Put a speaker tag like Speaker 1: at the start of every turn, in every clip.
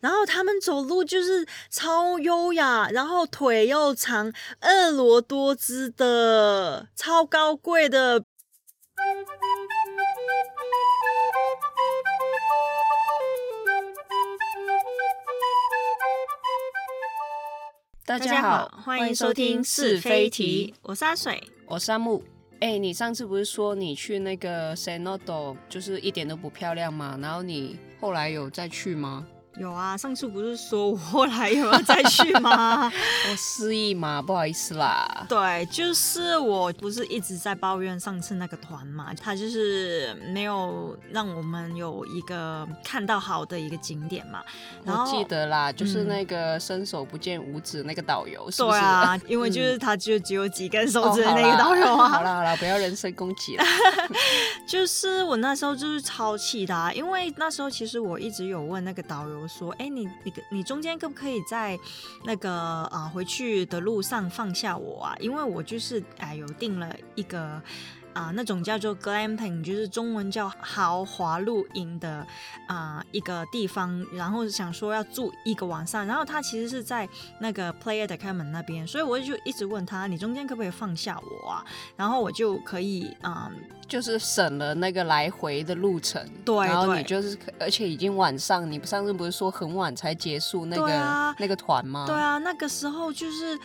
Speaker 1: 然后他们走路就是超优雅，然后腿又长，婀娜多姿的，超高贵的。大
Speaker 2: 大家好，
Speaker 1: 欢迎收听是非题，，我是阿水。
Speaker 2: 我是阿木。哎、你上次不是说你去那个 Senodo 就是一点都不漂亮吗？然后你后来有再 去吗？
Speaker 1: 有啊，上次不是说我后来有要再去吗？
Speaker 2: 我哦失忆嘛，不好意思啦。
Speaker 1: 对，就是我不是一直在抱怨上次那个团嘛，他就是没有让我们有一个看到好的一个景点嘛。然
Speaker 2: 我
Speaker 1: 后嗯
Speaker 2: 记得啦，就是那个伸手不见五指那个导游，是不
Speaker 1: 对
Speaker 2: 是？
Speaker 1: 啊， 因为就是他就只有几根手
Speaker 2: 哦，
Speaker 1: 指的那个导游
Speaker 2: 好啦
Speaker 1: 啊。
Speaker 2: 好啦好啦，不要人身攻击了。
Speaker 1: 就是我那时候就是超气的、啊，因为那时候其实我一直有问那个导游说，哎、你你你中间可不可以在那个啊、呃回去的路上放下我啊？因为我就是哎、有订了一个啊、那种叫做 glamping，就是中文叫豪华露营的啊、一个地方，然后想说要住一个晚上，然后他其实是在那个 Player 的开门那边，所以我就一直问他，你中间可不可以放下我啊？然后我就可以嗯。
Speaker 2: 就是省了那个来回的路程，
Speaker 1: 对
Speaker 2: 然后
Speaker 1: 对
Speaker 2: 你就是可，而且已经晚上，你上次不是说很晚才结束那
Speaker 1: 对
Speaker 2: 个、
Speaker 1: 啊
Speaker 2: 那个团吗？
Speaker 1: 对，啊，那个时候就是。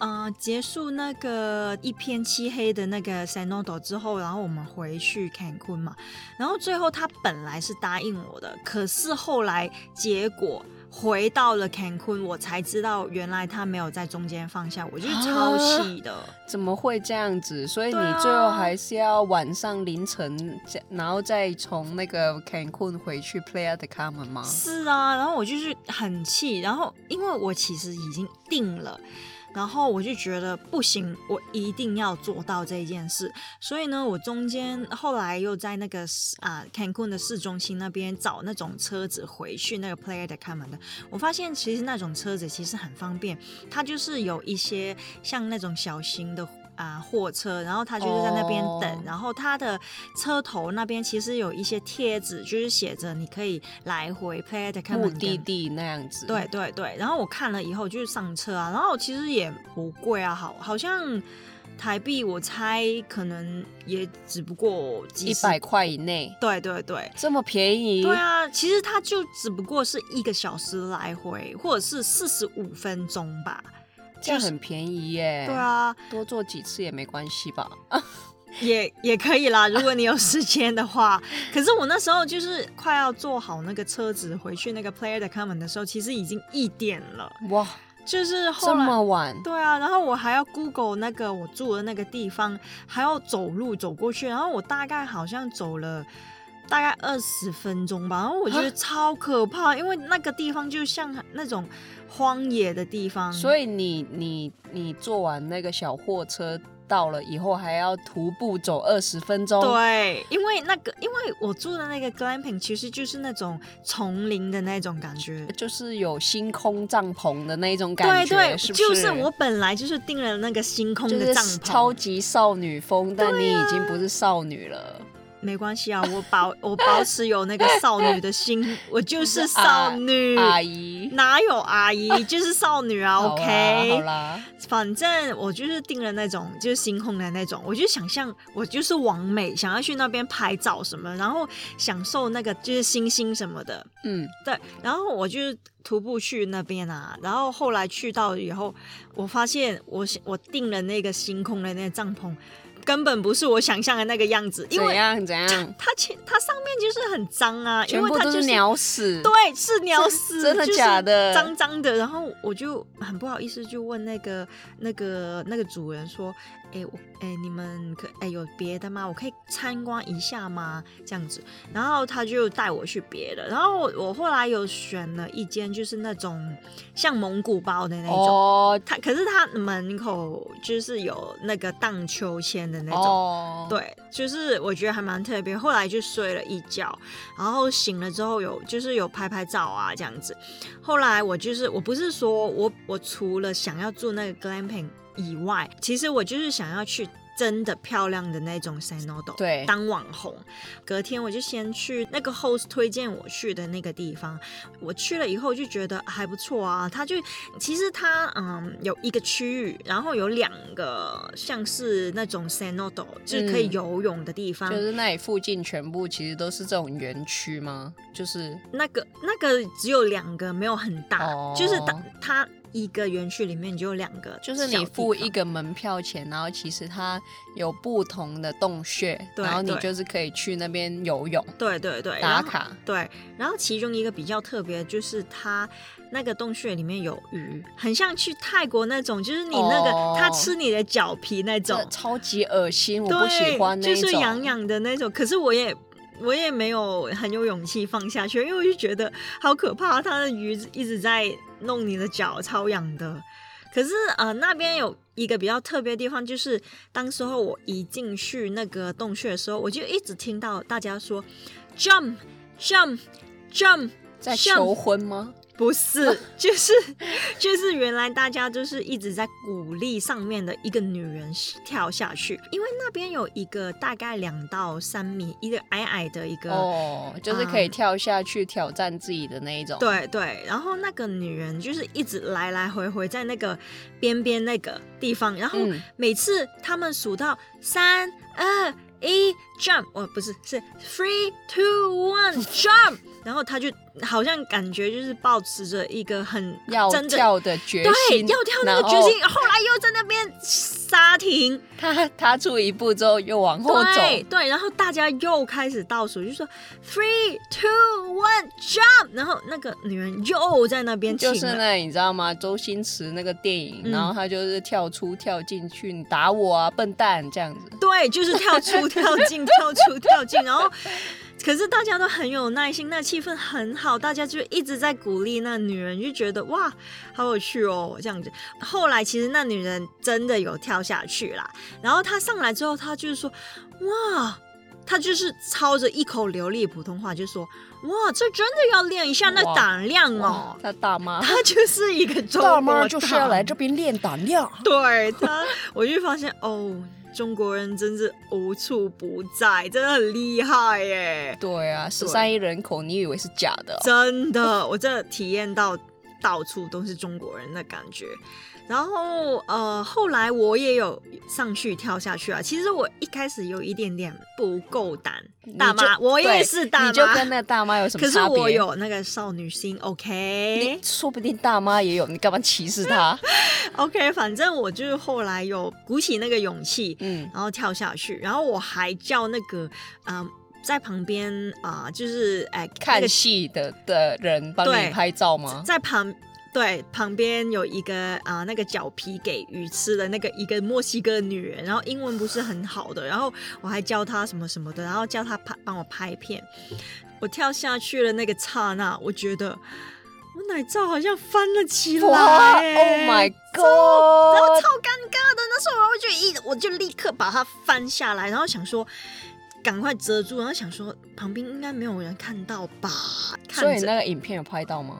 Speaker 1: 呃，结束那个一片漆黑的那个 Sanodo 之后，然后我们回去 Cancun 嘛，然后最后他本来是答应我的，可是后来结果回到了 Cancun，我才知道原来他没有在中间放下我，就是超气的。
Speaker 2: 怎么会这样子？所以
Speaker 1: 对啊
Speaker 2: 你最后还是要晚上凌晨，再然后再从那个 Cancun 回去 Playa de Carmen 吗？
Speaker 1: 是啊，然后我就是很气，然后因为我其实已经定了，然后我就觉得不行，我一定要做到这一件事。所以呢，我中间后来又在那个市啊 Cancun 的市中心那边找那种车子回去那个 Player 的开门的，我发现其实那种车子其实很方便，它就是有一些像那种小型的。啊，货车，然后它就是在那边等
Speaker 2: 哦
Speaker 1: 然后它的车头那边其实有一些贴纸，就是写着你可以来回 play at
Speaker 2: 目的地那样子。
Speaker 1: 对，对对，然后我看了以后就是上车啊，然后其实也不贵啊，好好像台币我猜可能也只不过几
Speaker 2: 一
Speaker 1: 十
Speaker 2: 百，块以内，
Speaker 1: 对对对。
Speaker 2: 这么便宜？
Speaker 1: 对啊，其实它就只不过是一个小时来回，或者是四十五分钟吧。
Speaker 2: 这样很便宜耶。
Speaker 1: 对，啊，
Speaker 2: 多做几次也没关系吧？
Speaker 1: 也也可以 啦，如果你有时间的话。可是我那时候就是快要坐好那个车子回去那个 Player 的 Common 的时候，其实已经一点了，
Speaker 2: 哇，
Speaker 1: 就是后
Speaker 2: 这
Speaker 1: 来。
Speaker 2: 么晚，
Speaker 1: 对啊，然后我还要 Google 那个我住的那个地方，还要走路走过去，然后我大概好像走了。大概二十分钟吧，然后我觉得
Speaker 2: 啊
Speaker 1: 超可怕，因为那个地方就像那种荒野的地方，
Speaker 2: 所
Speaker 1: 以
Speaker 2: 以你你你坐完那个小货车到了以后，还要徒步走二十分钟。
Speaker 1: 对，因为那个因为我住的那个 glamping 其实就是那种丛林的那种感觉，
Speaker 2: 就是有星空帐篷的那一种感觉，
Speaker 1: 对对，
Speaker 2: 是不
Speaker 1: 就是我本来就是订了那个星空
Speaker 2: 就
Speaker 1: 的
Speaker 2: 是
Speaker 1: 帐篷，
Speaker 2: 超级少女风，但你已经不是少女了，
Speaker 1: 没关系啊，我保我保持有那个少女的心，我就是
Speaker 2: 啊
Speaker 1: 少女，
Speaker 2: 阿姨。
Speaker 1: 哪有阿姨，就是少女啊
Speaker 2: 好啦好
Speaker 1: ，OK。
Speaker 2: 啦，
Speaker 1: 反正我就是订了那种就是星空的那种，我就想象我就是完美，想要去那边拍照什么，然后享受那个就是星星什么的。
Speaker 2: 嗯，
Speaker 1: 对，然后我就是徒步去那边啊，然后后来去到以后，我发现我我订了那个星空的那个帐篷，根本不是我想象的那个样子，因
Speaker 2: 怎
Speaker 1: 为
Speaker 2: 样怎样，
Speaker 1: 它前它上面就是很脏啊，因
Speaker 2: 全
Speaker 1: 为
Speaker 2: 部
Speaker 1: 它
Speaker 2: 都
Speaker 1: 就是
Speaker 2: 鸟屎，
Speaker 1: 对，是鸟屎，
Speaker 2: 真的
Speaker 1: 就是
Speaker 2: 假的
Speaker 1: 脏脏的。然后我就很不好意思，就问那个那个那个主人说：“哎、我哎、你们可哎、有别的吗？我可以参观一下吗？”这样子，然后他就带我去别的。然后我我后来有选了一间，就是那种像蒙古包的那种。
Speaker 2: 哦
Speaker 1: 他可是他门口就是有那个荡秋千的那种，
Speaker 2: 哦，，
Speaker 1: 对，就是我觉得还蛮特别。后来就睡了一觉，然后醒了之后有就是有拍拍照啊这样子。后来我就是我不是说我我除了想要住那个 glamping 以外，其实我就是想要去真的漂亮的那种 s a n o d o
Speaker 2: 对
Speaker 1: 当网红。隔天我就先去那个 host 推荐我去的那个地方，我去了以后就觉得还不错啊。它就其实它嗯有一个区域，然后有两个像是那种 s a n o d o 就是可以
Speaker 2: 嗯
Speaker 1: 游泳的地方，
Speaker 2: 就是那里附近全部其实都是这种园区吗？就是
Speaker 1: 那个那个只有两个，没有很大，
Speaker 2: 哦
Speaker 1: 就是它它一个园区里面只有两个小地
Speaker 2: 就
Speaker 1: 方，
Speaker 2: 是你付一个门票钱，然后其实它有不同的洞穴，
Speaker 1: 对
Speaker 2: 然后你
Speaker 1: 对
Speaker 2: 就是可以去那边游泳
Speaker 1: 对对对
Speaker 2: 打。
Speaker 1: 然后
Speaker 2: 卡。
Speaker 1: 对，然后其中一个比较特别，就是它那个洞穴里面有鱼，很像去泰国那种，就是你那个、
Speaker 2: 哦
Speaker 1: 它吃你的脚皮那种
Speaker 2: 这，超级恶心，我
Speaker 1: 对，
Speaker 2: 不喜欢那
Speaker 1: 就
Speaker 2: 种。
Speaker 1: 是痒痒的那种。可是我也我也没有很有勇气放下去，因为我就觉得好可怕，它的鱼一直在弄你的脚，超痒的。可是呃，那边有一个比较特别的地方，就是当时候我一进去那个洞穴的时候，我就一直听到大家说 “jump jump jump”，
Speaker 2: 在
Speaker 1: 像
Speaker 2: 求婚吗？
Speaker 1: 不是， 就是就是原来大家就是一直在鼓励上面的一个女人跳下去，因为那边有一个大概两到三米一个矮矮的一个。
Speaker 2: 哦，就是可以
Speaker 1: 嗯
Speaker 2: 跳下去挑战自己的那一种。，
Speaker 1: 对对，然后那个女人就是一直来来回回在那个边边那个地方，然后
Speaker 2: 嗯，
Speaker 1: 每次他们数到三二一 jump，哦不是是 three two one jump，然后他就好像感觉就是保持着一个很
Speaker 2: 要
Speaker 1: 真的
Speaker 2: 跳的决
Speaker 1: 对，
Speaker 2: 心，
Speaker 1: 要跳那
Speaker 2: 然
Speaker 1: 个决心，后来又在那边刹停，
Speaker 2: 他踏出一步之后又往后走，
Speaker 1: 对对，然后大家又开始倒数，就说 three two one jump，然后那个女人又在那边停
Speaker 2: 就
Speaker 1: 了，
Speaker 2: 是那你知道吗？周星驰那个电影，
Speaker 1: 嗯
Speaker 2: 然后他就是跳出跳进去，你打我啊，笨蛋这样子。
Speaker 1: 对，就是跳出跳进跳出跳进，然后可是大家都很有耐心，那气氛很好，大家就一直在鼓励那女人，就觉得哇，好有趣哦，这样子。后来其实那女人真的有跳下去啦，然后她上来之后，她就是说哇。她就是操着一口流利普通话就说：“哇，这真的要练一下那
Speaker 2: 哇
Speaker 1: 胆量
Speaker 2: 哇
Speaker 1: 哦！”
Speaker 2: 他大妈，
Speaker 1: 她就是一个中国党
Speaker 2: 边练胆量。
Speaker 1: 对他，我就发现哦，中国人真是无处不在，真的很厉害耶！
Speaker 2: 对啊，十三亿人口，你以为是假的哦、
Speaker 1: 真的，我真的体验到到处都是中国人的感觉。然后呃，后来我也有上去跳下去啊。其实我一开始有一点点不够胆，
Speaker 2: 你
Speaker 1: 大妈，
Speaker 2: 就
Speaker 1: 我也
Speaker 2: 对
Speaker 1: 是大
Speaker 2: 你就
Speaker 1: 妈
Speaker 2: 跟，那大妈有 什么
Speaker 1: 可是
Speaker 2: 差别？
Speaker 1: 我有那个少女心，OK
Speaker 2: 你。说不定大妈也有，你干嘛歧视她？
Speaker 1: OK，反正我就是后来有鼓起那个勇气，
Speaker 2: 嗯，
Speaker 1: 然后跳下去，然后我还叫那个啊、呃在旁边啊、呃就是哎、那
Speaker 2: 看
Speaker 1: 个
Speaker 2: 戏的的人帮你
Speaker 1: 对
Speaker 2: 拍照吗？
Speaker 1: 在旁对旁边有一个啊、呃那个脚皮给鱼吃的那个一个墨西哥女人，然后英文不是很好的，然后我还教她什么什么的，然后叫她拍帮我拍片。我跳下去了那个刹那，我觉得我奶罩好像翻了起来
Speaker 2: 哇
Speaker 1: 欸、
Speaker 2: ，Oh my
Speaker 1: 然后
Speaker 2: God！
Speaker 1: 超尴尬的，那时候我就一我就立刻把它翻下来，然后想说赶快遮住，然后想说旁边应该没有人看到吧，
Speaker 2: 所以
Speaker 1: 看
Speaker 2: 你
Speaker 1: 着。
Speaker 2: 那个影片有拍到吗？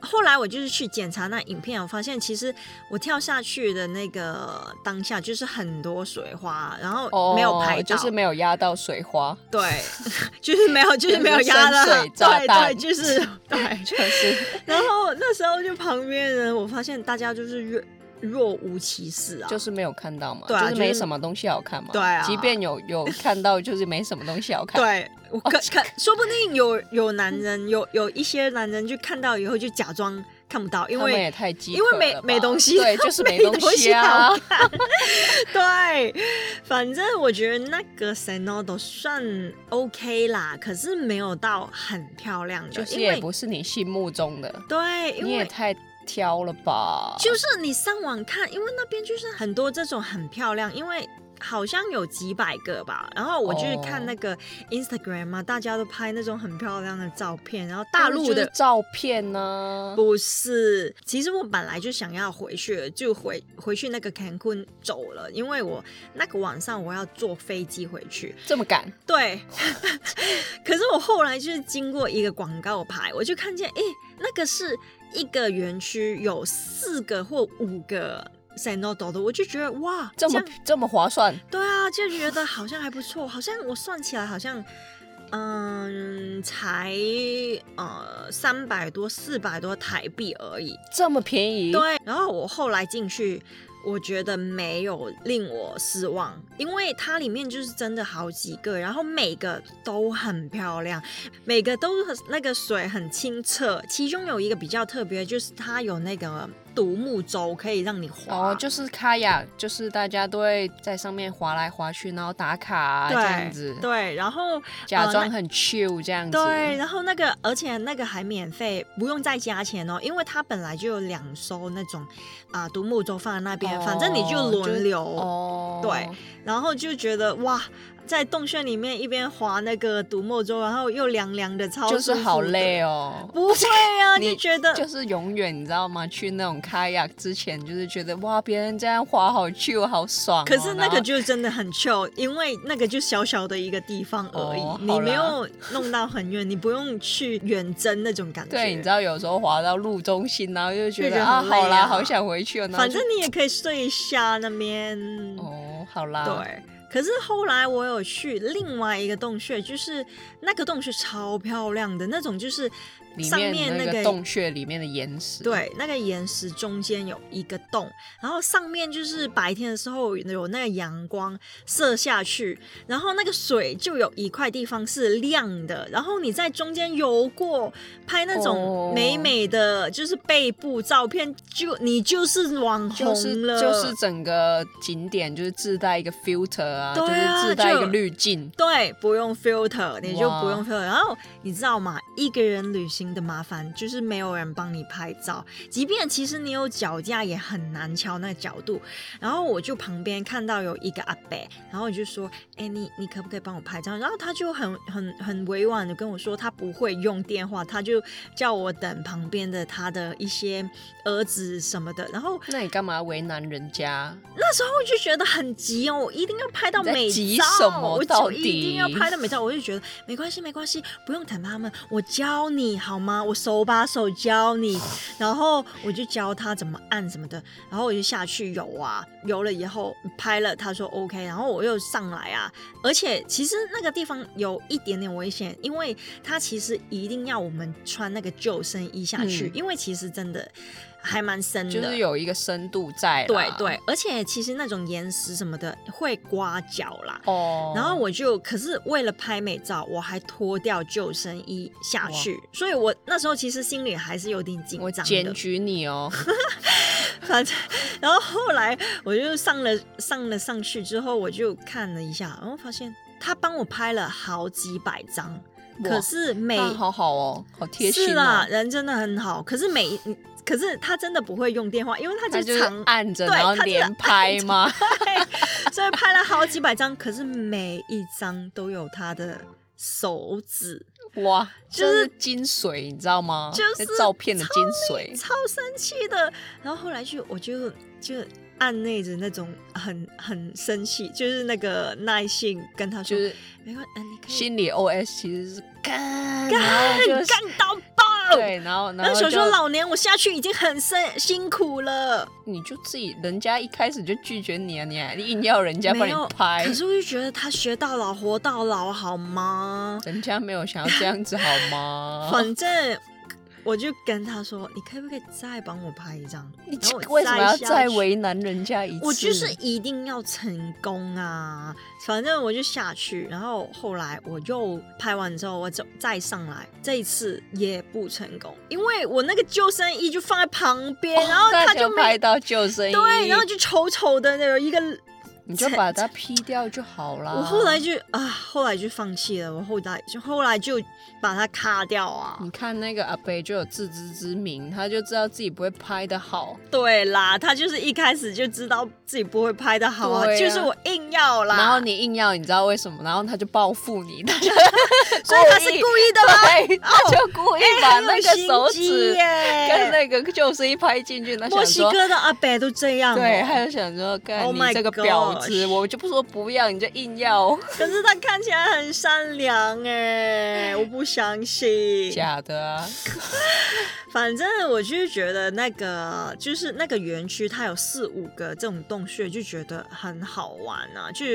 Speaker 1: 后来我就是去检查那影片，我发现其实我跳下去的那个当下就是很多水花，然后没有拍到，
Speaker 2: 哦就是没有压到水花，
Speaker 1: 对，就是没有，就是没有压到，
Speaker 2: 深水炸
Speaker 1: 对
Speaker 2: 弹
Speaker 1: 对，就是 对。
Speaker 2: 就是
Speaker 1: 然后那时候就旁边人，我发现大家就是若若无其事啊，
Speaker 2: 就是没有看到嘛，
Speaker 1: 对啊
Speaker 2: 就是没
Speaker 1: 就是
Speaker 2: 什么东西好看嘛。
Speaker 1: 对啊
Speaker 2: 即便有有看到，就是没什么东西好看。
Speaker 1: 对，我可可说不定有有男人有有一些男人就看到以后就假装看不到，因
Speaker 2: 他们也
Speaker 1: 为
Speaker 2: 太饥渴
Speaker 1: 因为没
Speaker 2: 了吧
Speaker 1: 没东西，
Speaker 2: 对， 就是
Speaker 1: 没
Speaker 2: 东
Speaker 1: 西
Speaker 2: 啊
Speaker 1: 好。看。 对，反正我觉得那个 s e n o d o 算 OK 啦，可是没有到很漂亮的，
Speaker 2: 就是
Speaker 1: 因
Speaker 2: 也
Speaker 1: 为
Speaker 2: 不是你心目中的，
Speaker 1: 对，因
Speaker 2: 你也
Speaker 1: 为。
Speaker 2: 太挑了吧？
Speaker 1: 就是你上网看，因为那边就是很多这种很漂亮，因为好像有几百个吧。然后我就是看
Speaker 2: 哦
Speaker 1: 那个 Instagram 嘛、大家都拍那种很漂亮的照片，然后大陆
Speaker 2: 就是
Speaker 1: 的。
Speaker 2: 照片啊呢、
Speaker 1: 不是，其实我本来就想要回去了，就回回去那个 Cancun 走了，因为我那个晚上我要坐飞机回去。
Speaker 2: 这么赶，
Speaker 1: 对， 可是我后来就是经过一个广告牌，我就看见，诶，那个是一个园区有四个或五个 Sanodo 的，我就觉得哇，
Speaker 2: 这么
Speaker 1: 样
Speaker 2: 这么划算，
Speaker 1: 对啊，就觉得好像还不错，好像我算起来好像，嗯，才呃三百多、四百多台币而已。
Speaker 2: 这么便宜，
Speaker 1: 对，然后我后来进去，我觉得没有令我失望，因为它里面就是真的好几个，然后每个都很漂亮，每个都很那个水很清澈，其中有一个比较特别，就是它有那个独木舟可以让你滑。
Speaker 2: 哦，就是卡雅，就是大家都会在上面划来划去，然后打卡、啊、
Speaker 1: 对
Speaker 2: 这样子，
Speaker 1: 对，然后
Speaker 2: 假
Speaker 1: 呃
Speaker 2: 装
Speaker 1: 那
Speaker 2: 很 chill 这样子。
Speaker 1: 对，然后那个，而且那个还免费，不用再加钱哦，因为它本来就有两艘那种啊、独木舟放在那边，
Speaker 2: 哦
Speaker 1: 反正你就轮流，
Speaker 2: 哦，
Speaker 1: 对，然后就觉得哇，在洞穴里面一边划那个独木舟，然后又凉凉的，超
Speaker 2: 就是好累
Speaker 1: 哦。
Speaker 2: 哦。
Speaker 1: 不会啊，
Speaker 2: 你
Speaker 1: 你觉得
Speaker 2: 就是永远，你知道吗？去那种开雅之前，就是觉得哇，别人这样滑好 chill，好爽哦、
Speaker 1: 可是那
Speaker 2: 然后
Speaker 1: 个就真的很 chill，因为那个就小小的一个地方而已，
Speaker 2: 哦
Speaker 1: 你
Speaker 2: 好啦
Speaker 1: 没有弄到很远，你不用去远征那种感觉。
Speaker 2: 对，你知道有时候滑到路中心，然后就觉
Speaker 1: 就觉
Speaker 2: 得
Speaker 1: 得
Speaker 2: 啊，
Speaker 1: 很累
Speaker 2: 好啦，
Speaker 1: 啊
Speaker 2: 好想回去哦。然后
Speaker 1: 反
Speaker 2: 就
Speaker 1: 正你也可以睡一下那边。
Speaker 2: 哦，好啦，
Speaker 1: 对。可是后来我有去另外一个洞穴，就是那个洞穴超漂亮的那种，就是
Speaker 2: 里
Speaker 1: 上
Speaker 2: 面
Speaker 1: 面那
Speaker 2: 个
Speaker 1: 个
Speaker 2: 洞穴里面的岩石，，
Speaker 1: 对，那个岩石中间有一个洞，然后上面就是白天的时候有那个阳光射下去，然后那个水就有一块地方是亮的，然后你在中间游过，拍那
Speaker 2: 哦
Speaker 1: 种美美的就是背部照片，就你就是网红
Speaker 2: 就是
Speaker 1: 了，
Speaker 2: 就是整个景点就是自带一个 filter 啊，
Speaker 1: 对啊
Speaker 2: 就是自带一个
Speaker 1: 就
Speaker 2: 滤镜，
Speaker 1: 对，不用 filter，你就
Speaker 2: 哇
Speaker 1: 不用 filter。然后你知道吗？一个人旅行的麻烦就是没有人帮你拍照，即便其实你有脚架，也很难敲那个角度。然后我就旁边看到有一个阿伯，然后我就说：“哎，你你可不可以帮我拍照？”然后他就很很很委婉的跟我说，他不会用电话，他就叫我等旁边的他的一些儿子什么的。然后
Speaker 2: 那你干嘛为难人家？
Speaker 1: 那时候我就觉得很急哦，我一定要拍到
Speaker 2: 你在
Speaker 1: 美照，
Speaker 2: 急什么
Speaker 1: 我
Speaker 2: 到
Speaker 1: 就
Speaker 2: 底
Speaker 1: 一定要拍到美照。我就觉得没关系，没关系，不用等他们，我教你好吗？我手把手教你，然后我就教他怎么按什么的，然后我就下去游啊，游了以后拍了，他说 OK，然后我又上来啊，而且其实那个地方有一点点危险，因为它其实一定要我们穿那个救生衣下去，
Speaker 2: 嗯
Speaker 1: 因为其实真的还蛮深的，
Speaker 2: 就是有一个深度在
Speaker 1: 嗯
Speaker 2: 啦，
Speaker 1: 对对，而且其实那种岩石什么的会刮脚啦。
Speaker 2: 哦，
Speaker 1: 然后我就，可是为了拍美照，我还脱掉救生衣下去，所以我那时候其实心里还是有点紧
Speaker 2: 我
Speaker 1: 张
Speaker 2: 检
Speaker 1: 的。
Speaker 2: 举你哦，
Speaker 1: 反正，然后后来我就上了上了上去之后，我就看了一下，然后发现他帮我拍了好几百张，
Speaker 2: 哇
Speaker 1: 可是每
Speaker 2: 那 好好哦，好贴
Speaker 1: 是
Speaker 2: 心
Speaker 1: 啦
Speaker 2: 哦，，
Speaker 1: 人真的很好，可是每嗯可是他真的不会用电话，因为他
Speaker 2: 他
Speaker 1: 就
Speaker 2: 就是
Speaker 1: 常
Speaker 2: 按着
Speaker 1: 对
Speaker 2: 然后
Speaker 1: 他就是
Speaker 2: 连拍吗？
Speaker 1: 对， 所以拍了好几百张，可是每一张都有他的手指，
Speaker 2: 哇，
Speaker 1: 就
Speaker 2: 这
Speaker 1: 是
Speaker 2: 是精髓，你知道吗？
Speaker 1: 就是
Speaker 2: 这照片的精髓，
Speaker 1: 超生气的。然后后来就我就就按内着那种很很生气，就是那个耐性跟他
Speaker 2: 就
Speaker 1: 说，
Speaker 2: 是
Speaker 1: 没关系，嗯你可以
Speaker 2: 心理 OS 其实是干，
Speaker 1: 干
Speaker 2: 然后就是
Speaker 1: 干到爆。
Speaker 2: 对，然后然
Speaker 1: 那
Speaker 2: 后
Speaker 1: 小
Speaker 2: 就
Speaker 1: 说老年我下去已经很辛辛苦了，
Speaker 2: 你就自己，人家一开始就拒绝你啊，你还硬要人家帮
Speaker 1: 没
Speaker 2: 你
Speaker 1: 有。
Speaker 2: 拍
Speaker 1: 可，是我就觉得他学到老活到老，好吗？
Speaker 2: 人家没有想要这样子好 吗？
Speaker 1: 反正我就跟他说，你可不可以再帮我拍一张？
Speaker 2: 你
Speaker 1: 然后我
Speaker 2: 为什么要
Speaker 1: 下
Speaker 2: 再
Speaker 1: 去
Speaker 2: 为难人家一次？哦
Speaker 1: 我就是一定要成功啊！反正我就下去，然后后来我又拍完之后，我就再上来，这一次也不成功，因为我那个救生衣就放在旁边，然后
Speaker 2: 大
Speaker 1: 他
Speaker 2: 家
Speaker 1: 就
Speaker 2: 哦拍
Speaker 1: 没
Speaker 2: 到救生衣，
Speaker 1: 对，然后就丑丑的有一个。
Speaker 2: 你就把它 P 掉就好啦。
Speaker 1: 我后来就啊，后来就放弃了，我后来就后来就把它卡掉啊。
Speaker 2: 你看那个阿北就有自知之明，他就知道自己不会拍的好，
Speaker 1: 对啦，他就是一开始就知道自己不会拍的好啊，
Speaker 2: 对啊
Speaker 1: 就是我硬要啦，
Speaker 2: 然后你硬要，你知道为什么？然后他就报复你，他就
Speaker 1: 所以他是故意的吗？
Speaker 2: 对，他就故意
Speaker 1: 哎
Speaker 2: 把
Speaker 1: 很有
Speaker 2: 那个
Speaker 1: 心
Speaker 2: 手
Speaker 1: 机
Speaker 2: 指
Speaker 1: 耶
Speaker 2: 跟那个救生衣拍进去，他
Speaker 1: 墨
Speaker 2: 想
Speaker 1: 西
Speaker 2: 说。
Speaker 1: 哥的阿伯都这样、哦，
Speaker 2: 对，他就想说，干
Speaker 1: ，Oh
Speaker 2: 你
Speaker 1: my
Speaker 2: 这个
Speaker 1: God
Speaker 2: 婊子，我就不说不要，你就硬要，
Speaker 1: 可是他看起来很善良哎，我不相信。
Speaker 2: 假的啊！
Speaker 1: 反正我就是觉得那个就是那个园区，它有四五个这种洞穴，就觉得很好玩啊，就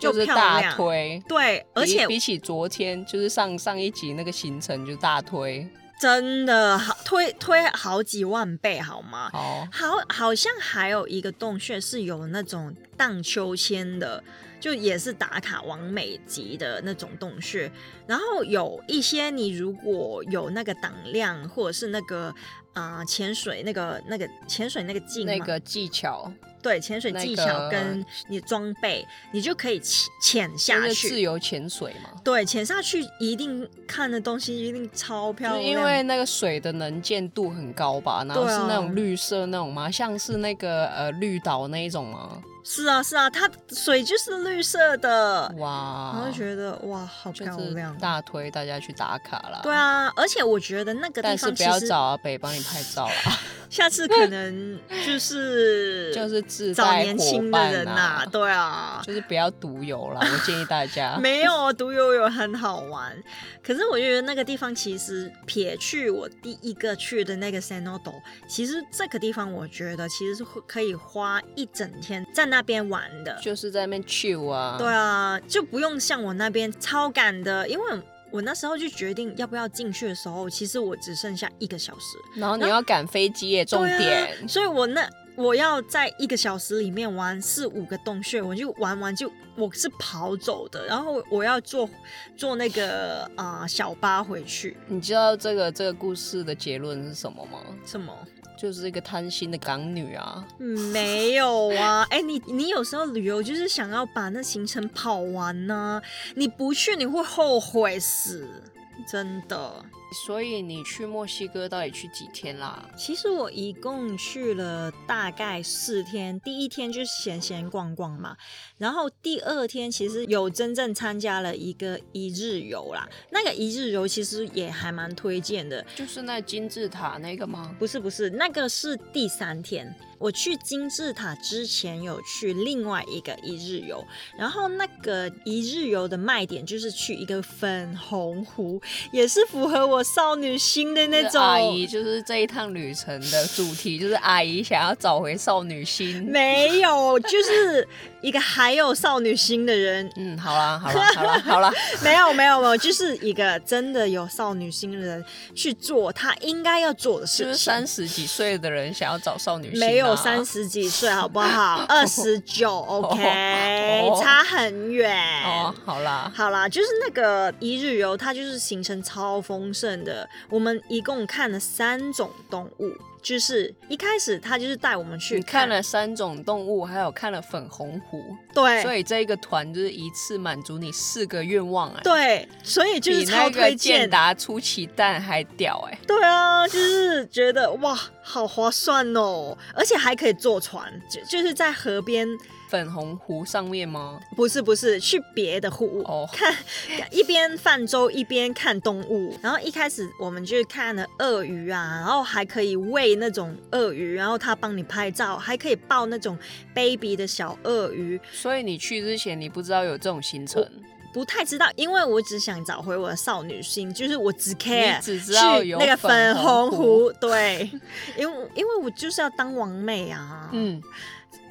Speaker 1: 就是漂
Speaker 2: 大
Speaker 1: 亮。
Speaker 2: 推。
Speaker 1: 对，而且
Speaker 2: 比比起昨天，就是上上一集那个行程就大推，
Speaker 1: 真的好推推好几万倍好吗？
Speaker 2: 好
Speaker 1: 好，好像还有一个洞穴是有那种荡秋千的，就也是打卡完美级的那种洞穴。然后有一些你如果有那个胆量，或者是那个啊、呃潜水那个那个潜水那个镜嘛，
Speaker 2: 那个技巧
Speaker 1: 对潜水
Speaker 2: 那
Speaker 1: 技
Speaker 2: 个
Speaker 1: 巧跟你装备，你就可以潜潜
Speaker 2: 就
Speaker 1: 下
Speaker 2: 是
Speaker 1: 去。
Speaker 2: 自由潜水嘛。
Speaker 1: 对，潜下去一定看的东西一定超
Speaker 2: 就
Speaker 1: 漂
Speaker 2: 是
Speaker 1: 亮，
Speaker 2: 因为那个水的能见度很高吧，然后
Speaker 1: 对
Speaker 2: 是
Speaker 1: 啊
Speaker 2: 那种绿色那种吗？像是那个呃绿岛那一种吗？
Speaker 1: 是啊是啊，它水就是绿色的，然
Speaker 2: 哇
Speaker 1: 后，就觉得哇，好
Speaker 2: 就
Speaker 1: 漂
Speaker 2: 是
Speaker 1: 亮。
Speaker 2: 大推大家去打卡啦。
Speaker 1: 对，啊，而且我觉得那个地
Speaker 2: 但是
Speaker 1: 方
Speaker 2: 不
Speaker 1: 其
Speaker 2: 要
Speaker 1: 实
Speaker 2: 找阿北帮你拍照啦，
Speaker 1: 下次可 能就 是
Speaker 2: 就是自
Speaker 1: 找
Speaker 2: 带
Speaker 1: 年轻
Speaker 2: 伙
Speaker 1: 的
Speaker 2: 伴
Speaker 1: 人呐、
Speaker 2: 啊，
Speaker 1: 对啊，
Speaker 2: 就是不要独游啦。我建议大家，
Speaker 1: 没有啊，独游有很好玩，可是我觉得那个地方其实撇去我第一个去的那个 Sanodo，其实这个地方我觉得其实是会可以花一整天在那边玩的。
Speaker 2: 就是在那边 chill 啊。
Speaker 1: 对啊，就不用像我那边超赶的，因为我那时候就决定要不要进去的时候，其实我只剩下一个小时。
Speaker 2: 然后你要赶飞机耶，重点
Speaker 1: 对啊、所以我那我要在一个小时里面玩四五个洞穴，我就玩完就我是跑走的，然后我要坐坐那个啊、呃小巴回去。
Speaker 2: 你知道这个这个故事的结论是什么吗？
Speaker 1: 什么？嗯
Speaker 2: 就是一个贪心的港女啊，
Speaker 1: 没有啊！哎、你你有时候旅游就是想要把那行程跑完呢、你不去你会后悔死，真的。
Speaker 2: 所以你去墨西哥到底去几天啦？
Speaker 1: 其实我一共去了大概四天，第一天就是闲闲逛逛嘛，然后第二天其实有真正参加了一个一日游啦。那个一日游其实也还蛮推荐的，
Speaker 2: 就是那金字塔那个吗？
Speaker 1: 不是不是，那个是第三天。我去金字塔之前有去另外一个一日游，然后那个一日游的卖点就是去一个粉红湖，也是符合我少女心的那
Speaker 2: 就是
Speaker 1: 种
Speaker 2: 阿姨就是这一趟旅程的主题，就是阿姨想要找回少女心。
Speaker 1: 没有，就是一个还有少女心的人。
Speaker 2: 嗯，好啦，好啦，好啦，好啦，
Speaker 1: 没有，没有，没有，就是一个真的有少女心的人去做他应该要做的
Speaker 2: 就是
Speaker 1: 事情。
Speaker 2: 三十几岁的人想要找少女心、啊，
Speaker 1: 没有三，十几岁，好不好？ 二十九，OK，
Speaker 2: 哦
Speaker 1: 差很远。
Speaker 2: 哦，好啦，
Speaker 1: 好啦，就是那个一日游，它就是行程超丰盛的。我们一共看了三种动物，就是一开始他就是带我们去
Speaker 2: 你看了三种动物，还有看了粉红湖，
Speaker 1: 对，
Speaker 2: 所以这一个团就是一次满足你四个愿望哎、
Speaker 1: 对，所以就是
Speaker 2: 比那
Speaker 1: 超
Speaker 2: 个
Speaker 1: 推
Speaker 2: 健
Speaker 1: 荐
Speaker 2: 达出奇蛋还屌哎、
Speaker 1: 对啊，就是觉得哇，好划算哦，而且还可以坐船，就就是在河边，
Speaker 2: 粉红湖上面吗？
Speaker 1: 不是不是，去别的湖
Speaker 2: 哦
Speaker 1: 看，一边泛舟一边看动物。然后一开始我们就看了鳄鱼啊，然后还可以喂那种鳄鱼，然后他帮你拍照，还可以抱那种 baby 的小鳄鱼。
Speaker 2: 所以你去之前你不知道有这种行程，
Speaker 1: 不太知道，因为我只想找回我的少女心，就是我只
Speaker 2: 你
Speaker 1: care
Speaker 2: 只知道
Speaker 1: 去
Speaker 2: 有
Speaker 1: 那个粉红
Speaker 2: 红
Speaker 1: 湖，对，因为因为我就是要当王妹啊，
Speaker 2: 嗯，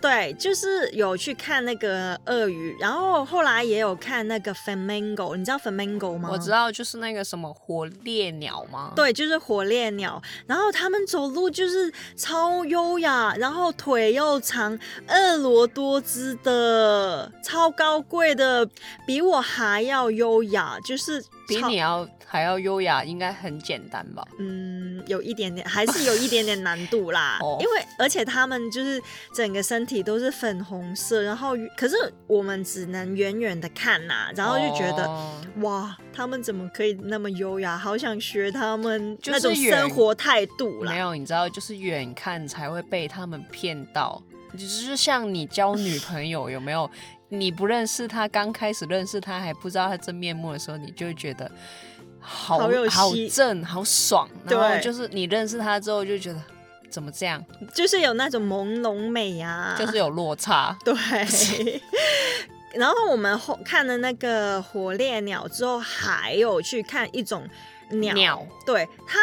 Speaker 1: 对，就是有去看那个鳄鱼，然后后来也有看那个 flamingo，你知道 flamingo 吗？
Speaker 2: 我知。道就是那个什么火烈鸟吗？，
Speaker 1: 嗯对，就是火烈鸟，然后它们走路就是超优雅，然后腿又长，婀娜多姿的，超高贵的，比我还要优雅，就是
Speaker 2: 比
Speaker 1: 超
Speaker 2: 你要还要优雅，应该很简单吧？。
Speaker 1: 嗯，有一点点，还是有一点点难度啦
Speaker 2: 哦
Speaker 1: 因为而且他们就是整个身体都是粉红色，然后可是我们只能远远的看呐、然后就觉得、
Speaker 2: 哦
Speaker 1: 哇，他们怎么可以那么优雅？好想学他们
Speaker 2: 就是
Speaker 1: 那种
Speaker 2: 远
Speaker 1: 生活态度
Speaker 2: 没
Speaker 1: 啦。
Speaker 2: 有，你知道，就是远看才会被他们骗到。就是像你交 女朋友有没有？你不认识她，刚开始认识她还不知道她真面目的时候，你就会觉得好
Speaker 1: 好有
Speaker 2: 好
Speaker 1: 吸
Speaker 2: 正、好爽。然后
Speaker 1: 对啊
Speaker 2: 就是你认识她之后，就觉得怎么这样，
Speaker 1: 就是有那种朦胧美啊，
Speaker 2: 就是有落差。
Speaker 1: 对。然后我们后看了那个火烈鸟之后，还有去看一种鸟，
Speaker 2: 鸟
Speaker 1: 对它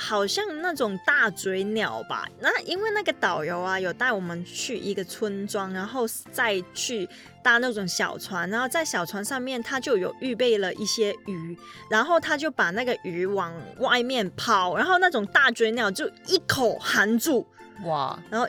Speaker 1: 好像那种大嘴鸟吧。那因为那个导游啊，有带我们去一个村庄，然后再去搭那种小船，然后在小船上面他就有预备了一些鱼，然后他就把那个鱼往外面抛，然后那种大嘴鸟就一口含住，
Speaker 2: 哇，
Speaker 1: 然后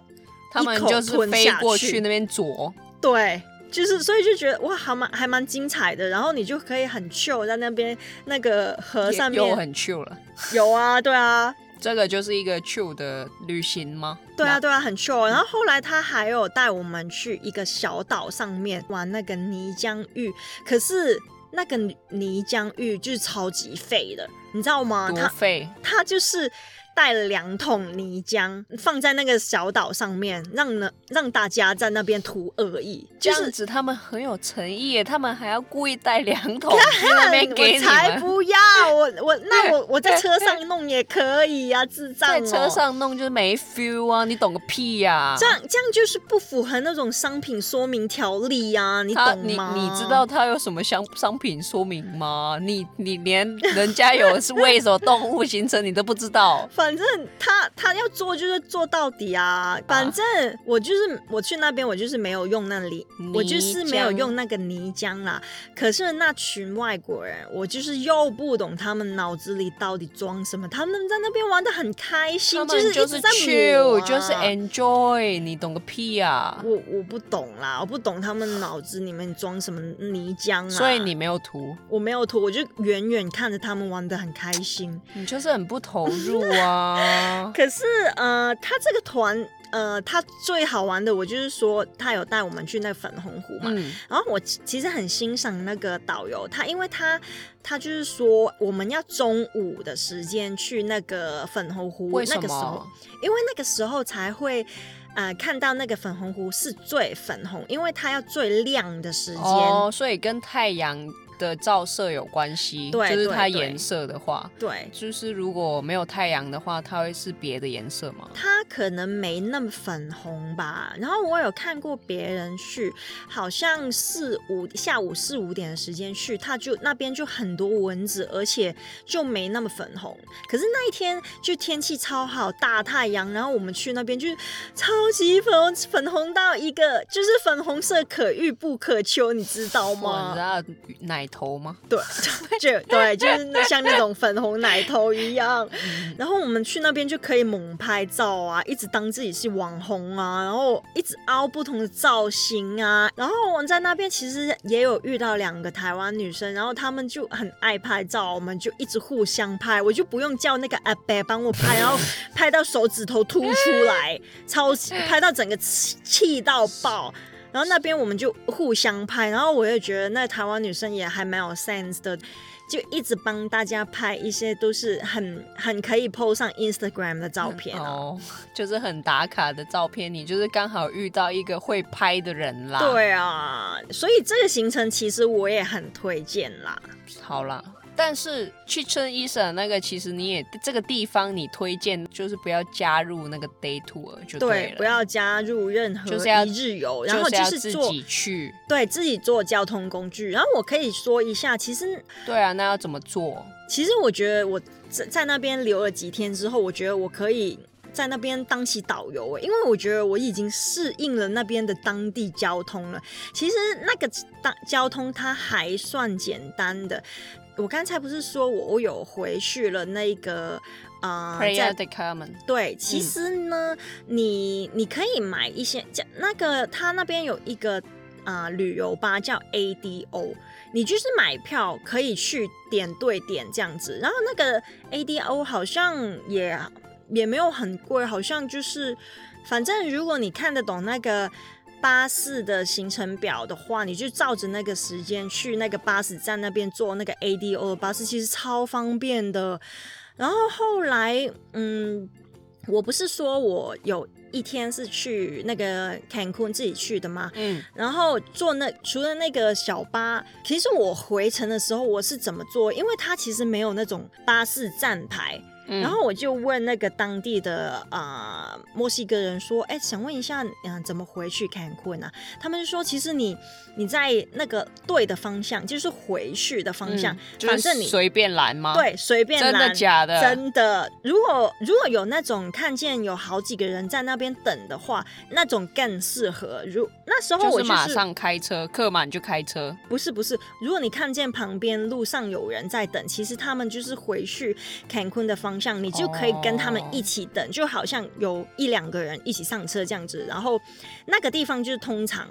Speaker 2: 他们
Speaker 1: 一口
Speaker 2: 就是
Speaker 1: 吞
Speaker 2: 飞
Speaker 1: 下
Speaker 2: 过
Speaker 1: 去
Speaker 2: 去那边啄，
Speaker 1: 对，就是所以就觉得哇，还蛮还蛮精彩的。然后你就可以很 chill 在那边那个河
Speaker 2: 也
Speaker 1: 上
Speaker 2: 又
Speaker 1: 面
Speaker 2: 很 chill 了。
Speaker 1: 有啊，对啊，
Speaker 2: 这个就是一个 chill 的旅行吗？
Speaker 1: 对啊，对啊，很 chill。然后后来他还有带我们去一个小岛上面玩那个泥浆浴，可是。那个泥浆浴就是超级废的，你知道吗？
Speaker 2: 那，多
Speaker 1: 它
Speaker 2: 费
Speaker 1: 它就是带了两桶泥浆放在那个小岛上面，让呢让大家在那边涂恶意，
Speaker 2: 这
Speaker 1: 就是
Speaker 2: 样子，他们很有诚意耶，他们还要故意带两桶去那边给
Speaker 1: 我
Speaker 2: 你
Speaker 1: 才
Speaker 2: 们。
Speaker 1: 不哦要！我 我那我我在车上弄也可以呀、智障、哦！
Speaker 2: 在车上弄就是没 feel 啊，你懂个屁呀、
Speaker 1: 这样这样就是不符合那种商品说明条例呀、你
Speaker 2: 他
Speaker 1: 懂
Speaker 2: 你
Speaker 1: 吗？
Speaker 2: 你知道他有什么商商品说明吗？你你连人家有是为什么动物形成你都不知道，
Speaker 1: 反正他他要做就是做到底啊！反正我就是我去那边，我就是没有用那里，我就是没有用那个泥浆啦。可是那群外国人，我就是又不懂他们脑子里到底装什么，他们在那边玩的很开
Speaker 2: 他
Speaker 1: 心，
Speaker 2: 们
Speaker 1: 是一
Speaker 2: 就是
Speaker 1: 直在抹
Speaker 2: chill，
Speaker 1: 啊
Speaker 2: 就是 enjoy，你懂个屁呀、
Speaker 1: 我我不懂啦，我不懂他们脑子里面装什么泥浆啊。
Speaker 2: 所以你没有图，
Speaker 1: 我没有涂，我就远远看着他们玩的很开心。
Speaker 2: 你就是很不投入
Speaker 1: 。
Speaker 2: 啊
Speaker 1: 可是呃，他这个团呃，他最好玩的，我就是说他有带我们去那个粉红湖嘛。
Speaker 2: 嗯，
Speaker 1: 然后我其其实很欣赏那个导游，他因为他他就是说我们要中午的时间去那个粉红湖，
Speaker 2: 为
Speaker 1: 那
Speaker 2: 什
Speaker 1: 个时候
Speaker 2: 么？
Speaker 1: 因为那个时候才会，呃，看到那个粉红湖是最粉红，因为它要最亮的时间。
Speaker 2: 哦，所以跟太阳的照射有关系，
Speaker 1: 对
Speaker 2: 就是它
Speaker 1: 对对
Speaker 2: 颜色的话，
Speaker 1: 对，
Speaker 2: 就是如果没有太阳的话，它会是别的颜色吗？
Speaker 1: 它可能没那么粉红吧。然后我有看过别人去，好像四五下午四五点的时间去，它就那边就很多蚊子，而且就没那么粉红。可是那一天就天气超好，大太阳，然后我们去那边就超级粉红，粉红到一个就是粉红色可遇不可求，你知道
Speaker 2: 哇，你
Speaker 1: 吗
Speaker 2: 知？道奶头吗？
Speaker 1: 对， 就对，就是那像那种粉红奶头一样。然后我们去那边就可以猛拍照啊，一直当自己是网红啊，然后一直凹不同的造型啊。然后我们在那边其实也有遇到两个台湾女生，然后她们就很爱拍照，我们就一直互相拍，我就不用叫那个阿伯帮我拍，然后拍到手指头凸出来，超级拍到整个气气到爆。然后那边我们就互相拍，然后我也觉得那台湾女生也还蛮有 sense 的，就一直帮大家拍一些都是很很可以 PO 上 Instagram 的照片啊。
Speaker 2: 哦，就是很打卡的照片，你就是刚好遇到一个会拍的人啦。，
Speaker 1: 对啊，所以这个行程其实我也很推荐啦。
Speaker 2: 好啦。但是去村医生那个，其实你也这个地方你推荐就是不要加入那个 day tour 就对
Speaker 1: 对
Speaker 2: 了，，
Speaker 1: 不要加入任何
Speaker 2: 就是要
Speaker 1: 一日游，然后
Speaker 2: 就
Speaker 1: 就是
Speaker 2: 要
Speaker 1: 是
Speaker 2: 自
Speaker 1: 坐
Speaker 2: 己去。
Speaker 1: 对自己坐交通工具。然后我可以说一下，其实
Speaker 2: 对啊，那要怎么做？
Speaker 1: 其实我觉得我在在那边留了几天之后，我觉得我可以在那边当起导游欸，因为我觉得我已经适应了那边的当地交通了。其实那个当交通它还算简单的。我刚才不是说我我有回去了那个啊、呃
Speaker 2: Prayer
Speaker 1: 在
Speaker 2: de Carmen，
Speaker 1: 对，其
Speaker 2: 嗯
Speaker 1: 实呢，你你可以买一些，这那个他那边有一个啊、呃旅游吧，叫 ADO，你就是买票可以去点对点这样子，然后那个 ADO 好像也也没有很贵，好像就是反正如果你看得懂那个。巴士的行程表的话，你就照着那个时间去那个巴士站那边坐那个 ADO 的巴士，其实超方便的。然后后来，嗯，我不是说我有一天是去那个 Cancun 自己去的吗？
Speaker 2: 嗯，
Speaker 1: 然后坐那除了那个小巴，其实我回程的时候我是怎么坐？因为它其实没有那种巴士站牌，
Speaker 2: 嗯
Speaker 1: 然后我就问那个当地的啊、墨西哥人说，哎，想问一下，嗯、怎么回去坎昆啊？他们说，其实你你在那个对的方向，就是回去的方向，
Speaker 2: 嗯就是
Speaker 1: 反正你
Speaker 2: 随便拦吗？，
Speaker 1: 对随便
Speaker 2: 真
Speaker 1: 拦
Speaker 2: 的假的？
Speaker 1: 真的，如果如果有那种看见有好几个人在那边等的话，那种更适合。如那时候
Speaker 2: 就
Speaker 1: 我
Speaker 2: 是
Speaker 1: 就是
Speaker 2: 马上开车，客满就开车。
Speaker 1: 不是不是，如果你看见旁边路上有人在等，其实他们就是回去 Cancun 的方向，你就可以跟他们一
Speaker 2: 哦
Speaker 1: 起等，就好像有一两个人一起上车这样子。然后那个地方就是通常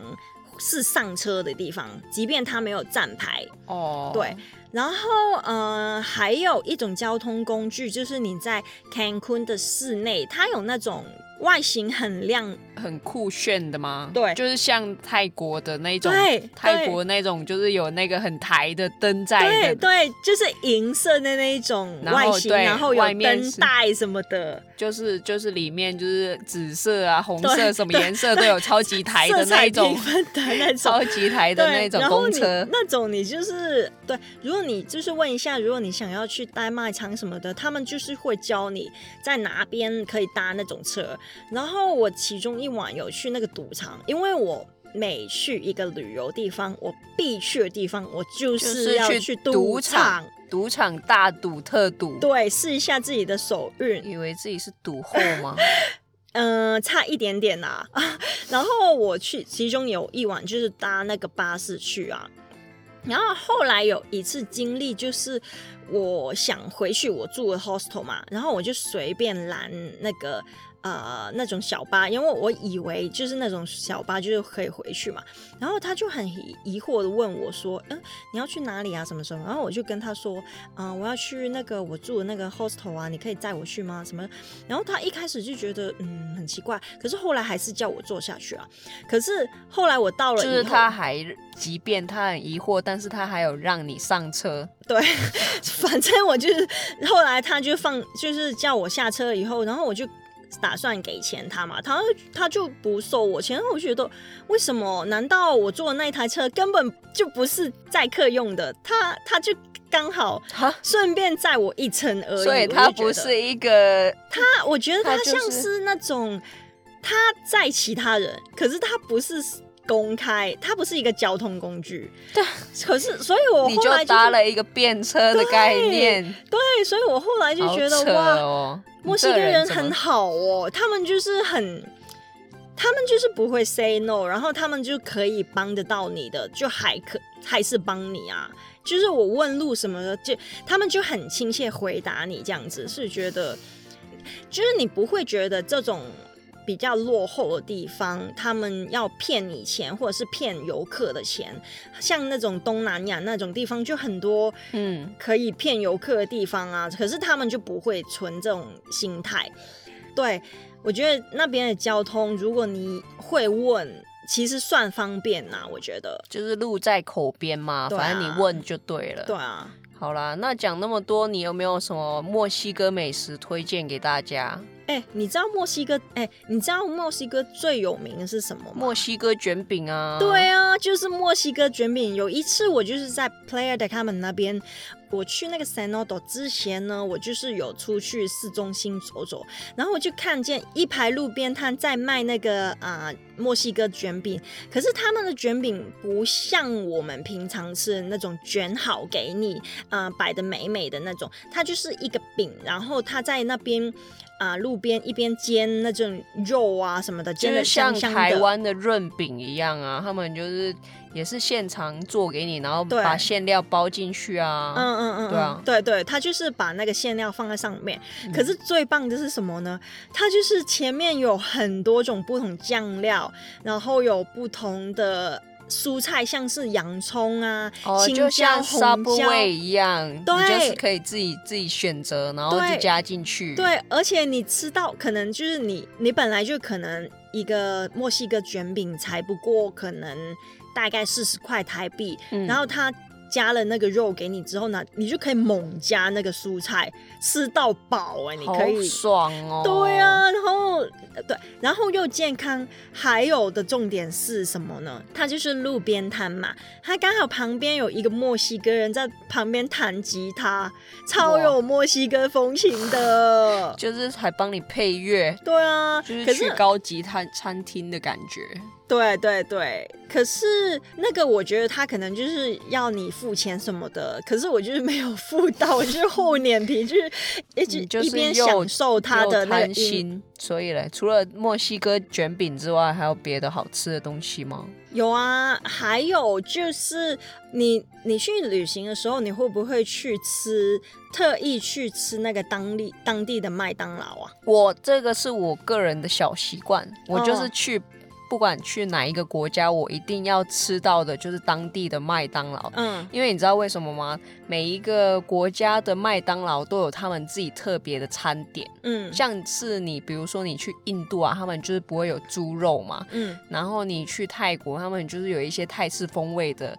Speaker 1: 是上车的地方，即便它没有站牌，
Speaker 2: 哦，
Speaker 1: 对，然后呃，还有一种交通工具，就是你在 Cancun 的室内，它有那种外形很亮，
Speaker 2: 很酷炫的吗？
Speaker 1: 对
Speaker 2: 就是像泰国的那种
Speaker 1: 对，
Speaker 2: 泰国那种就是有那个很台的灯在
Speaker 1: 对
Speaker 2: 的，
Speaker 1: 对，就是银色的那一种
Speaker 2: 然
Speaker 1: 外
Speaker 2: 后
Speaker 1: 形，
Speaker 2: 对
Speaker 1: 然后有
Speaker 2: 外面
Speaker 1: 灯
Speaker 2: 是
Speaker 1: 带什么的，
Speaker 2: 就是就是里面就是紫色啊、红色
Speaker 1: 对
Speaker 2: 什么颜色都有，超级台的
Speaker 1: 色
Speaker 2: 那
Speaker 1: 彩
Speaker 2: 一种
Speaker 1: 缤，纷的那种。
Speaker 2: 超级台的那
Speaker 1: 对，
Speaker 2: 种
Speaker 1: 然后
Speaker 2: 公
Speaker 1: 你
Speaker 2: 车。
Speaker 1: 那种你就是对，如果你就是问一下，如果你想要去待卖场什么的，他们就是会教你在哪边可以搭那种车。然后我其中一晚有去那个赌场，因为我。每去一个旅游地方，我必去的地方，我就
Speaker 2: 就是
Speaker 1: 要
Speaker 2: 去
Speaker 1: 去
Speaker 2: 赌
Speaker 1: 赌
Speaker 2: 场赌场大赌特赌，
Speaker 1: 对，试一下自己的手运。
Speaker 2: 以为自己是赌后吗？
Speaker 1: 嗯、差一点点啦、 然后我去，其中有一晚就是搭那个巴士去啊。然后后来有一次经历，就是我想回去我住的 hostel 嘛，然后我就随便拦那个呃那种小巴，因为我以为就是那种小巴就是可以回去嘛。然后他就很疑疑惑的问我说：“嗯，你要去哪里啊？什么什么？”然后我就跟他说：“嗯、我要去那个我住的那个 hostel 啊，你可以载我去吗？什么？”然后他一开始就觉得嗯很奇怪，可是后来还是叫我坐下去啊。可是后来我到了
Speaker 2: 就
Speaker 1: 以后，
Speaker 2: 是他还，即便他很疑惑，但是他还有让你上 车，
Speaker 1: 对，反正我就是后来他就放，就是叫我下车以后，然后我就打算给钱他嘛，他他就不收我钱，然后我就觉得为什么？难道我坐的那一台车根本就不是载客用的？他他就刚好
Speaker 2: 哈
Speaker 1: 顺便载我一程而已，
Speaker 2: 所以
Speaker 1: 我就
Speaker 2: 他
Speaker 1: 觉
Speaker 2: 不
Speaker 1: 得
Speaker 2: 是一个
Speaker 1: 他，我觉得
Speaker 2: 他
Speaker 1: 他
Speaker 2: 就是
Speaker 1: 像是那种他载其他人，可是他不是公开，他不是一个交通工具。
Speaker 2: 对，
Speaker 1: 可是所以我
Speaker 2: 你
Speaker 1: 后来就
Speaker 2: 就搭
Speaker 1: 是
Speaker 2: 了一个便车的概念，
Speaker 1: 对，所以我后来就
Speaker 2: 好
Speaker 1: 觉得、
Speaker 2: 扯
Speaker 1: 哇，
Speaker 2: 哦，
Speaker 1: 墨
Speaker 2: 你
Speaker 1: 西
Speaker 2: 这
Speaker 1: 哥人
Speaker 2: 怎么
Speaker 1: 很好哦，他们就是很。他们就是不会 say no，然后他们就可以帮得到你的，就还可还是帮你啊。就是我问路什么的，就他们就很亲切回答你这样子，是觉得就是你不会觉得这种比较落后的地方，他们要骗你钱或者是骗游客的钱，像那种东南亚那种地方就很多
Speaker 2: 嗯，
Speaker 1: 可以骗游客的地方啊，可是他们就不会存这种心态。对我觉得那边的交通，如果你会问，其实算方便呐、我觉得。
Speaker 2: 就是路在口边嘛，
Speaker 1: 对啊
Speaker 2: 反正你问就对了。
Speaker 1: 对啊，
Speaker 2: 好啦，那讲那么多，你有没有什么墨西哥美食推荐给大家？
Speaker 1: 哎、你知道墨西哥？哎、你知道墨西哥最有名的是什么吗？
Speaker 2: 墨西哥卷饼啊，
Speaker 1: 对啊，就是墨西哥卷饼。有一次我就是在 Player 的他们那边，我去那个 San o d o 之前呢，我就是有出去市中心走走，然后我就看见一排路边摊在卖那个啊、墨西哥卷饼，可是他们的卷饼不像我们平常吃的那种卷好给你，啊、摆的美美的那种，它就是一个饼，然后它在那边。啊，路边一边煎那种肉啊什么的，
Speaker 2: 就
Speaker 1: 煎
Speaker 2: 是
Speaker 1: 的
Speaker 2: 像
Speaker 1: 香香的。
Speaker 2: 台湾的润饼一样啊，他们就是也是现场做给你，然后
Speaker 1: 对
Speaker 2: 把馅料包进去啊。
Speaker 1: 嗯嗯嗯，
Speaker 2: 对啊
Speaker 1: 嗯对对，他就是把那个馅料放在上面。可
Speaker 2: 嗯
Speaker 1: 是最棒的是什么呢？它就是前面有很多种不同酱料，然后有不同的蔬菜，像是洋葱啊、
Speaker 2: 哦，
Speaker 1: 青
Speaker 2: 就
Speaker 1: 椒、
Speaker 2: 像
Speaker 1: 红椒。
Speaker 2: Subway 一样，你
Speaker 1: 对
Speaker 2: 就是可以自己自己选择，然后
Speaker 1: 对
Speaker 2: 就加进去。，
Speaker 1: 对，而且你吃到可能就是你，你本来就可能一个墨西哥卷饼才不过可能大概四十块台币，
Speaker 2: 嗯
Speaker 1: 然后他加了那个肉给你之后呢，你就可以猛加那个蔬菜，吃到饱哎、你
Speaker 2: 好
Speaker 1: 可以。
Speaker 2: 爽哦。。
Speaker 1: 对，啊，然后呃对，啊然后又健康，还有的重点是什么呢？它就是路边摊嘛，它刚好旁边有一个墨西哥人在旁边弹吉他，超有墨西哥风情的
Speaker 2: 就是还帮你配乐，
Speaker 1: 对啊，
Speaker 2: 就是
Speaker 1: 可
Speaker 2: 去
Speaker 1: 是
Speaker 2: 高级餐餐厅的感觉。
Speaker 1: 对对对，可是那个我觉得他可能就是要你付钱什么的，可是我就是没有付到，我就是厚脸皮，就是一直
Speaker 2: 你就是
Speaker 1: 一边
Speaker 2: 又
Speaker 1: 享受他的
Speaker 2: 又
Speaker 1: 那个
Speaker 2: 贪
Speaker 1: 音。
Speaker 2: 心，所以嘞，除了墨西哥卷饼之外，还有别的好吃的东西吗？
Speaker 1: 有啊，还有就是你你去旅行的时候，你会不会去吃特意去吃那个当地当地的麦当劳啊？
Speaker 2: 我这个是我个人的小习惯，我就是
Speaker 1: 哦
Speaker 2: 去。不管去哪一个国家，我一定要吃到的就是当地的麦当劳，
Speaker 1: 嗯，
Speaker 2: 因为你知道为什么吗？每一个国家的麦当劳都有他们自己特别的餐点，
Speaker 1: 嗯
Speaker 2: 像是你比如说你去印度啊，他们就是不会有猪肉嘛，
Speaker 1: 嗯
Speaker 2: 然后你去泰国，他们就是有一些泰式风味的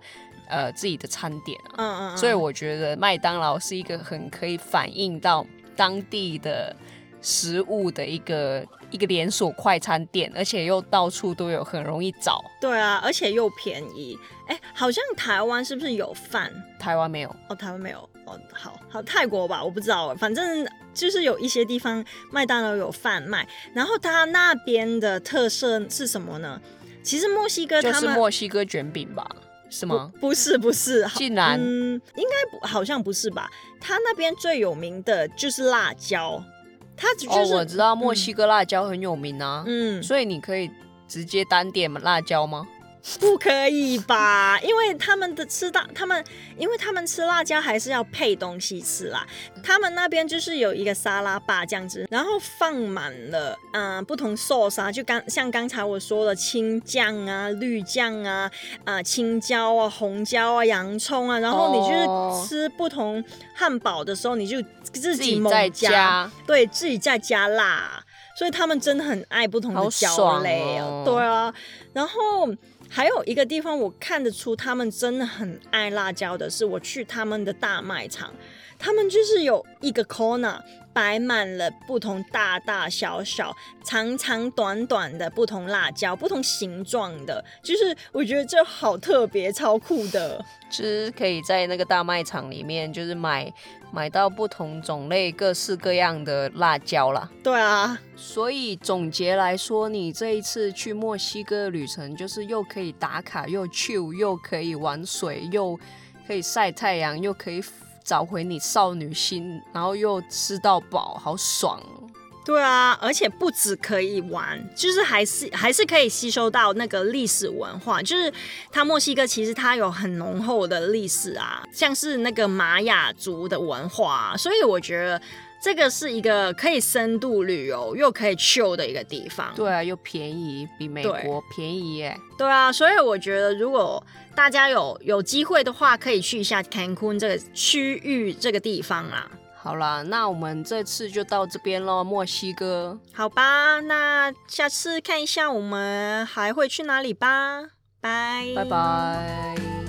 Speaker 2: 呃自己的餐点啊，
Speaker 1: 嗯嗯，
Speaker 2: 所以我觉得麦当劳是一个很可以反映到当地的食物的一个一个连锁快餐店，而且又到处都有，很容易找。
Speaker 1: 对啊，而且又便宜。哎，好像台湾是不是有饭？
Speaker 2: 台湾没有，
Speaker 1: 哦，台湾没有哦，好好泰国吧，我不知道，反正就是有一些地方麦当劳有贩卖，然后它那边的特色是什么呢？其实墨西哥
Speaker 2: 就
Speaker 1: 他
Speaker 2: 是
Speaker 1: 们
Speaker 2: 墨西哥卷饼吧？是吗？
Speaker 1: 不是不是，好
Speaker 2: 竟然
Speaker 1: 嗯，应该不好像不是吧？它那边最有名的就是辣椒，它只就是、
Speaker 2: 哦，我知道墨西哥辣椒很有名啊，
Speaker 1: 嗯，
Speaker 2: 所以你可以直接单点辣椒吗？
Speaker 1: 不可以吧？因为他们的吃辣，他们因为他们吃辣椒还是要配东西吃啦。他们那边就是有一个沙拉吧这样子，然后放满了嗯、呃不同 sauce 啊，就刚像刚才我说的青酱啊、绿酱啊、啊、青椒啊、红椒啊、洋葱啊，然后你
Speaker 2: 哦
Speaker 1: 就是吃不同汉堡的时候，你就自
Speaker 2: 自
Speaker 1: 己
Speaker 2: 己
Speaker 1: 猛
Speaker 2: 在
Speaker 1: 加
Speaker 2: 家，
Speaker 1: 对自己在加辣，所以他们真的很爱不同的
Speaker 2: 好
Speaker 1: 椒
Speaker 2: 爽
Speaker 1: 类
Speaker 2: 哦
Speaker 1: 对啊，然后还有一个地方我看得出他们真的很爱辣椒的是，我去他们的大卖场，他们就是有一个 corner。摆满了不同大大小小、长长短短的不同辣椒，不同形状的，就是我觉得这好特别、超酷的。
Speaker 2: 就是可以在那个大卖场里面，就是买买到不同种类、各式各样的辣椒啦。
Speaker 1: 对啊，
Speaker 2: 所以总结来说，你这一次去墨西哥旅程，就是又可以打卡，又 chill，又可以玩水，又可以晒太阳，又可以找回你少女心，然后又吃到饱，好爽哦！
Speaker 1: 对啊，而且不止可以玩，就是还是还是可以吸收到那个历史文化。就是它墨西哥其实它有很浓厚的历史啊，像是那个玛雅族的文化、啊，所以我觉得这个是一个可以深度旅游又可以 chill 的一个地方。
Speaker 2: 对啊，又便宜，比美
Speaker 1: 对
Speaker 2: 国便宜耶！
Speaker 1: 对啊，所以我觉得如果大家有有机会的话，可以去一下 Cancun 这个区域这个地方啊啦。
Speaker 2: 好啦，那我们这次就到这边咯，墨西哥，
Speaker 1: 好吧，那下次看一下我们还会去哪里吧。拜
Speaker 2: 拜拜。